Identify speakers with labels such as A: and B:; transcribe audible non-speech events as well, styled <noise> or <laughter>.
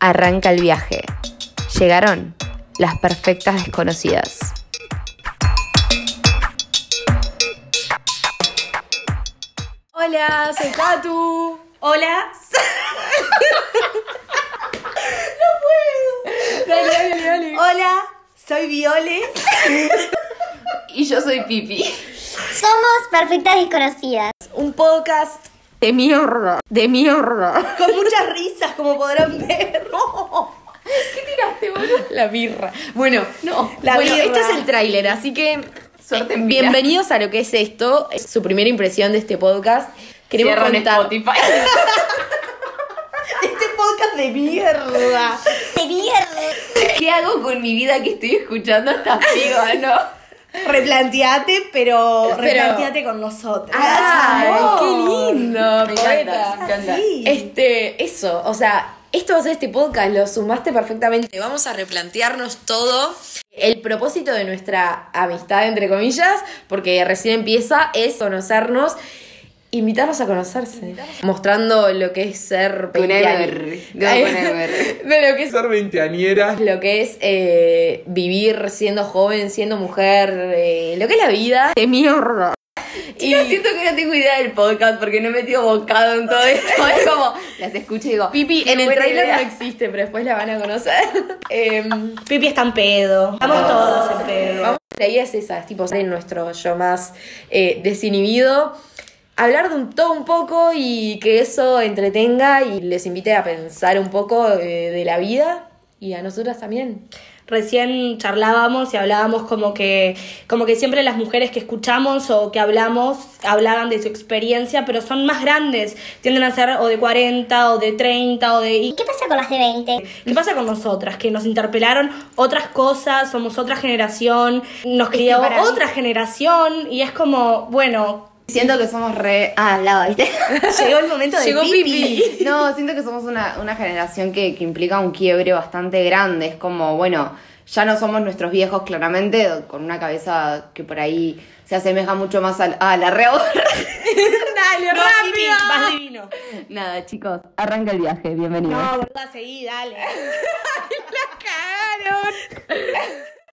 A: Arranca el viaje. Llegaron las perfectas desconocidas.
B: Hola, soy Tatu.
C: Hola.
B: Dale, dale, dale.
C: Hola, soy Viole.
A: Y yo soy Pipi.
D: Somos perfectas desconocidas.
C: Un podcast
A: De mierda, de mierda.
C: con muchas risas, como podrán ver.
A: ¿Qué tiraste, boludo? La birra. Bueno, no.
C: La
A: bueno,
C: birra.
A: este es el tráiler, así que
E: Suerte
A: eh,
E: en vida.
A: bienvenidos a lo que es esto, es su primera impresión de este podcast. Queremos
E: Cierran
A: contar
E: Spotify.
A: <laughs>
C: Este podcast de mierda.
D: De mierda.
A: qué hago con mi vida que estoy escuchando hasta piba, ¿no?
C: Replanteate, pero, replanteate con nosotros.
A: Ah, qué lindo,
E: Me
A: poeta.
E: encanta, me encanta.
C: Sí.
A: Este, eso, o sea, esto va a ser este podcast, lo sumaste perfectamente. Vamos a replantearnos todo. El propósito de nuestra amistad, entre comillas, porque recién empieza, es conocernos, invitarnos a conocerse. Mostrando lo que es ser
E: Whenever,
A: veinteañera.
E: whenever.
A: De lo que es
F: ser veinteañera.
A: lo que es eh, vivir siendo joven, siendo mujer, eh, lo que es la vida. De mierda. Y
E: Siento que no tengo idea del podcast porque no he metido bocado en todo esto.
A: <laughs>
E: Es como, las escucho y digo,
A: Pipi,
E: qué
A: en el
E: buena
A: trailer
E: idea.
A: no existe, pero después la van a conocer. <laughs> Em,
C: Pipi está en pedo. Vamos todos en pedo.
A: vamos, la idea es esa, es tipo ser nuestro yo más eh, desinhibido. Hablar de un, todo un poco y que eso entretenga y les invite a pensar un poco eh, de la vida y a nosotras también.
C: Recién charlábamos y hablábamos como que, como que siempre las mujeres que escuchamos o que hablamos hablaban de su experiencia, pero son más grandes. Tienden a ser o de 40 o de 30 o de...
D: ¿Y qué pasa con las de 20?
C: ¿Qué pasa con nosotras? Que nos interpelaron otras cosas, somos otra generación, nos crió
E: para mí-
C: otra generación y es como, bueno,
E: Siento que somos re. Ah, hablaba, <laughs> ¿viste?
C: llegó el momento de
A: Llegó
C: pipi.
A: Pipi.
E: No, siento que somos una, una generación que, que implica un quiebre bastante grande. Es como, bueno, ya no somos nuestros viejos, claramente, con una cabeza que por ahí se asemeja mucho más al- a, la reotra.
C: Dale, no, pipi, vas divino.
E: Nada, chicos, arranca el viaje, bienvenidos.
C: No, verdad, seguí, dale.